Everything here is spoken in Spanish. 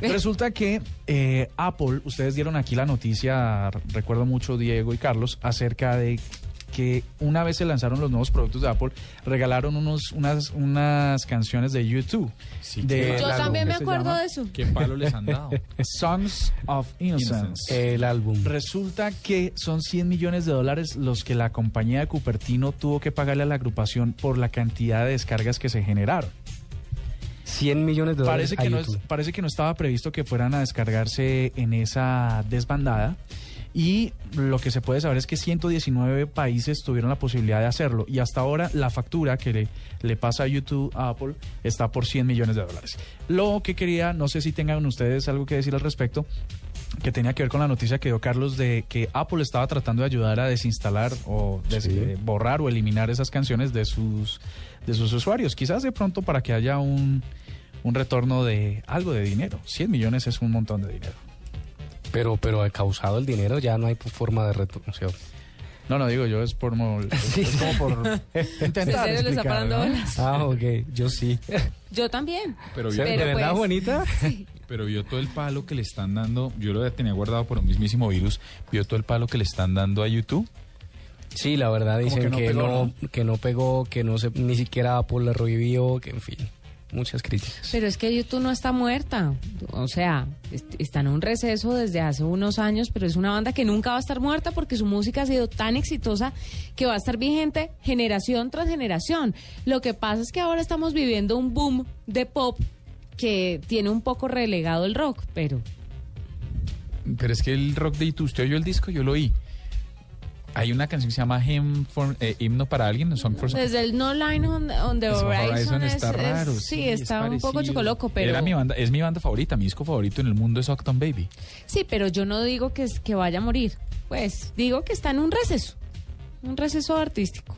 Resulta que eh, Apple, ustedes dieron aquí la noticia, recuerdo mucho Diego y Carlos, acerca de que una vez se lanzaron los nuevos productos de Apple, regalaron unos, unas, unas canciones de YouTube. de Yo la- también me que se acuerdo llama de eso. ¿Qué palo les han dado? Songs of Innocence. Eh, El álbum. Resulta que son 100 millones de dólares los que la compañía de Cupertino tuvo que pagarle a la agrupación por la cantidad de descargas que se generaron. 100 millones de dólares. Parece que, a no es- YouTube. parece que no estaba previsto que fueran a descargarse en esa desbandada. Y lo que se puede saber es que 119 países tuvieron la posibilidad de hacerlo. Y hasta ahora la factura que le, le pasa a YouTube a Apple está por 100 millones de dólares. Lo que quería, no sé si tengan ustedes algo que decir al respecto, que tenía que ver con la noticia que dio Carlos de que Apple estaba tratando de ayudar a desinstalar o des- eh, borrar o eliminar esas canciones de sus, de sus usuarios. Quizás de pronto para que haya un, un retorno de algo de dinero. 100 millones es un montón de dinero. Pero, pero ha causado el dinero, ya no hay forma de retorno. No, no digo yo, es por... mo- es- es como por intentar Cesero le está explicarlo, parando ¿no? bolas. Ah, ok, yo sí. Yo también. Pero ¿De vio, Pero- verdad, pues- Juanita? pero vio todo el palo que le están dando. Yo lo tenía guardado por un mismísimo virus. Vio todo el palo que le están dando a YouTube. Sí, la verdad Como dicen que que, no no, pegó, que no pegó, que no se, ni siquiera Apple la revivió, que en fin, muchas críticas. Pero es que YouTube no está muerta. O sea, est- está en un receso desde hace unos años, pero es una banda que nunca va a estar muerta porque su música ha sido tan exitosa que va a estar vigente generación tras generación. Lo que pasa es que ahora estamos viviendo un boom de pop que tiene un poco relegado el rock, pero Pero es que el rock de YouTube, usted oyó el disco, yo lo oí. Hay una canción que se llama Hymn for- eh, Himno para alguien, Song for desde el No Line on, on the Eso, Horizon, Pues es- está es- raro. sí, es está un poco parecido. chocoloco, pero Era mi banda, es mi banda favorita, mi disco favorito en el mundo es Octon Baby. Sí, pero yo no digo que, es- que vaya a morir. Pues digo que está en un receso, un receso artístico.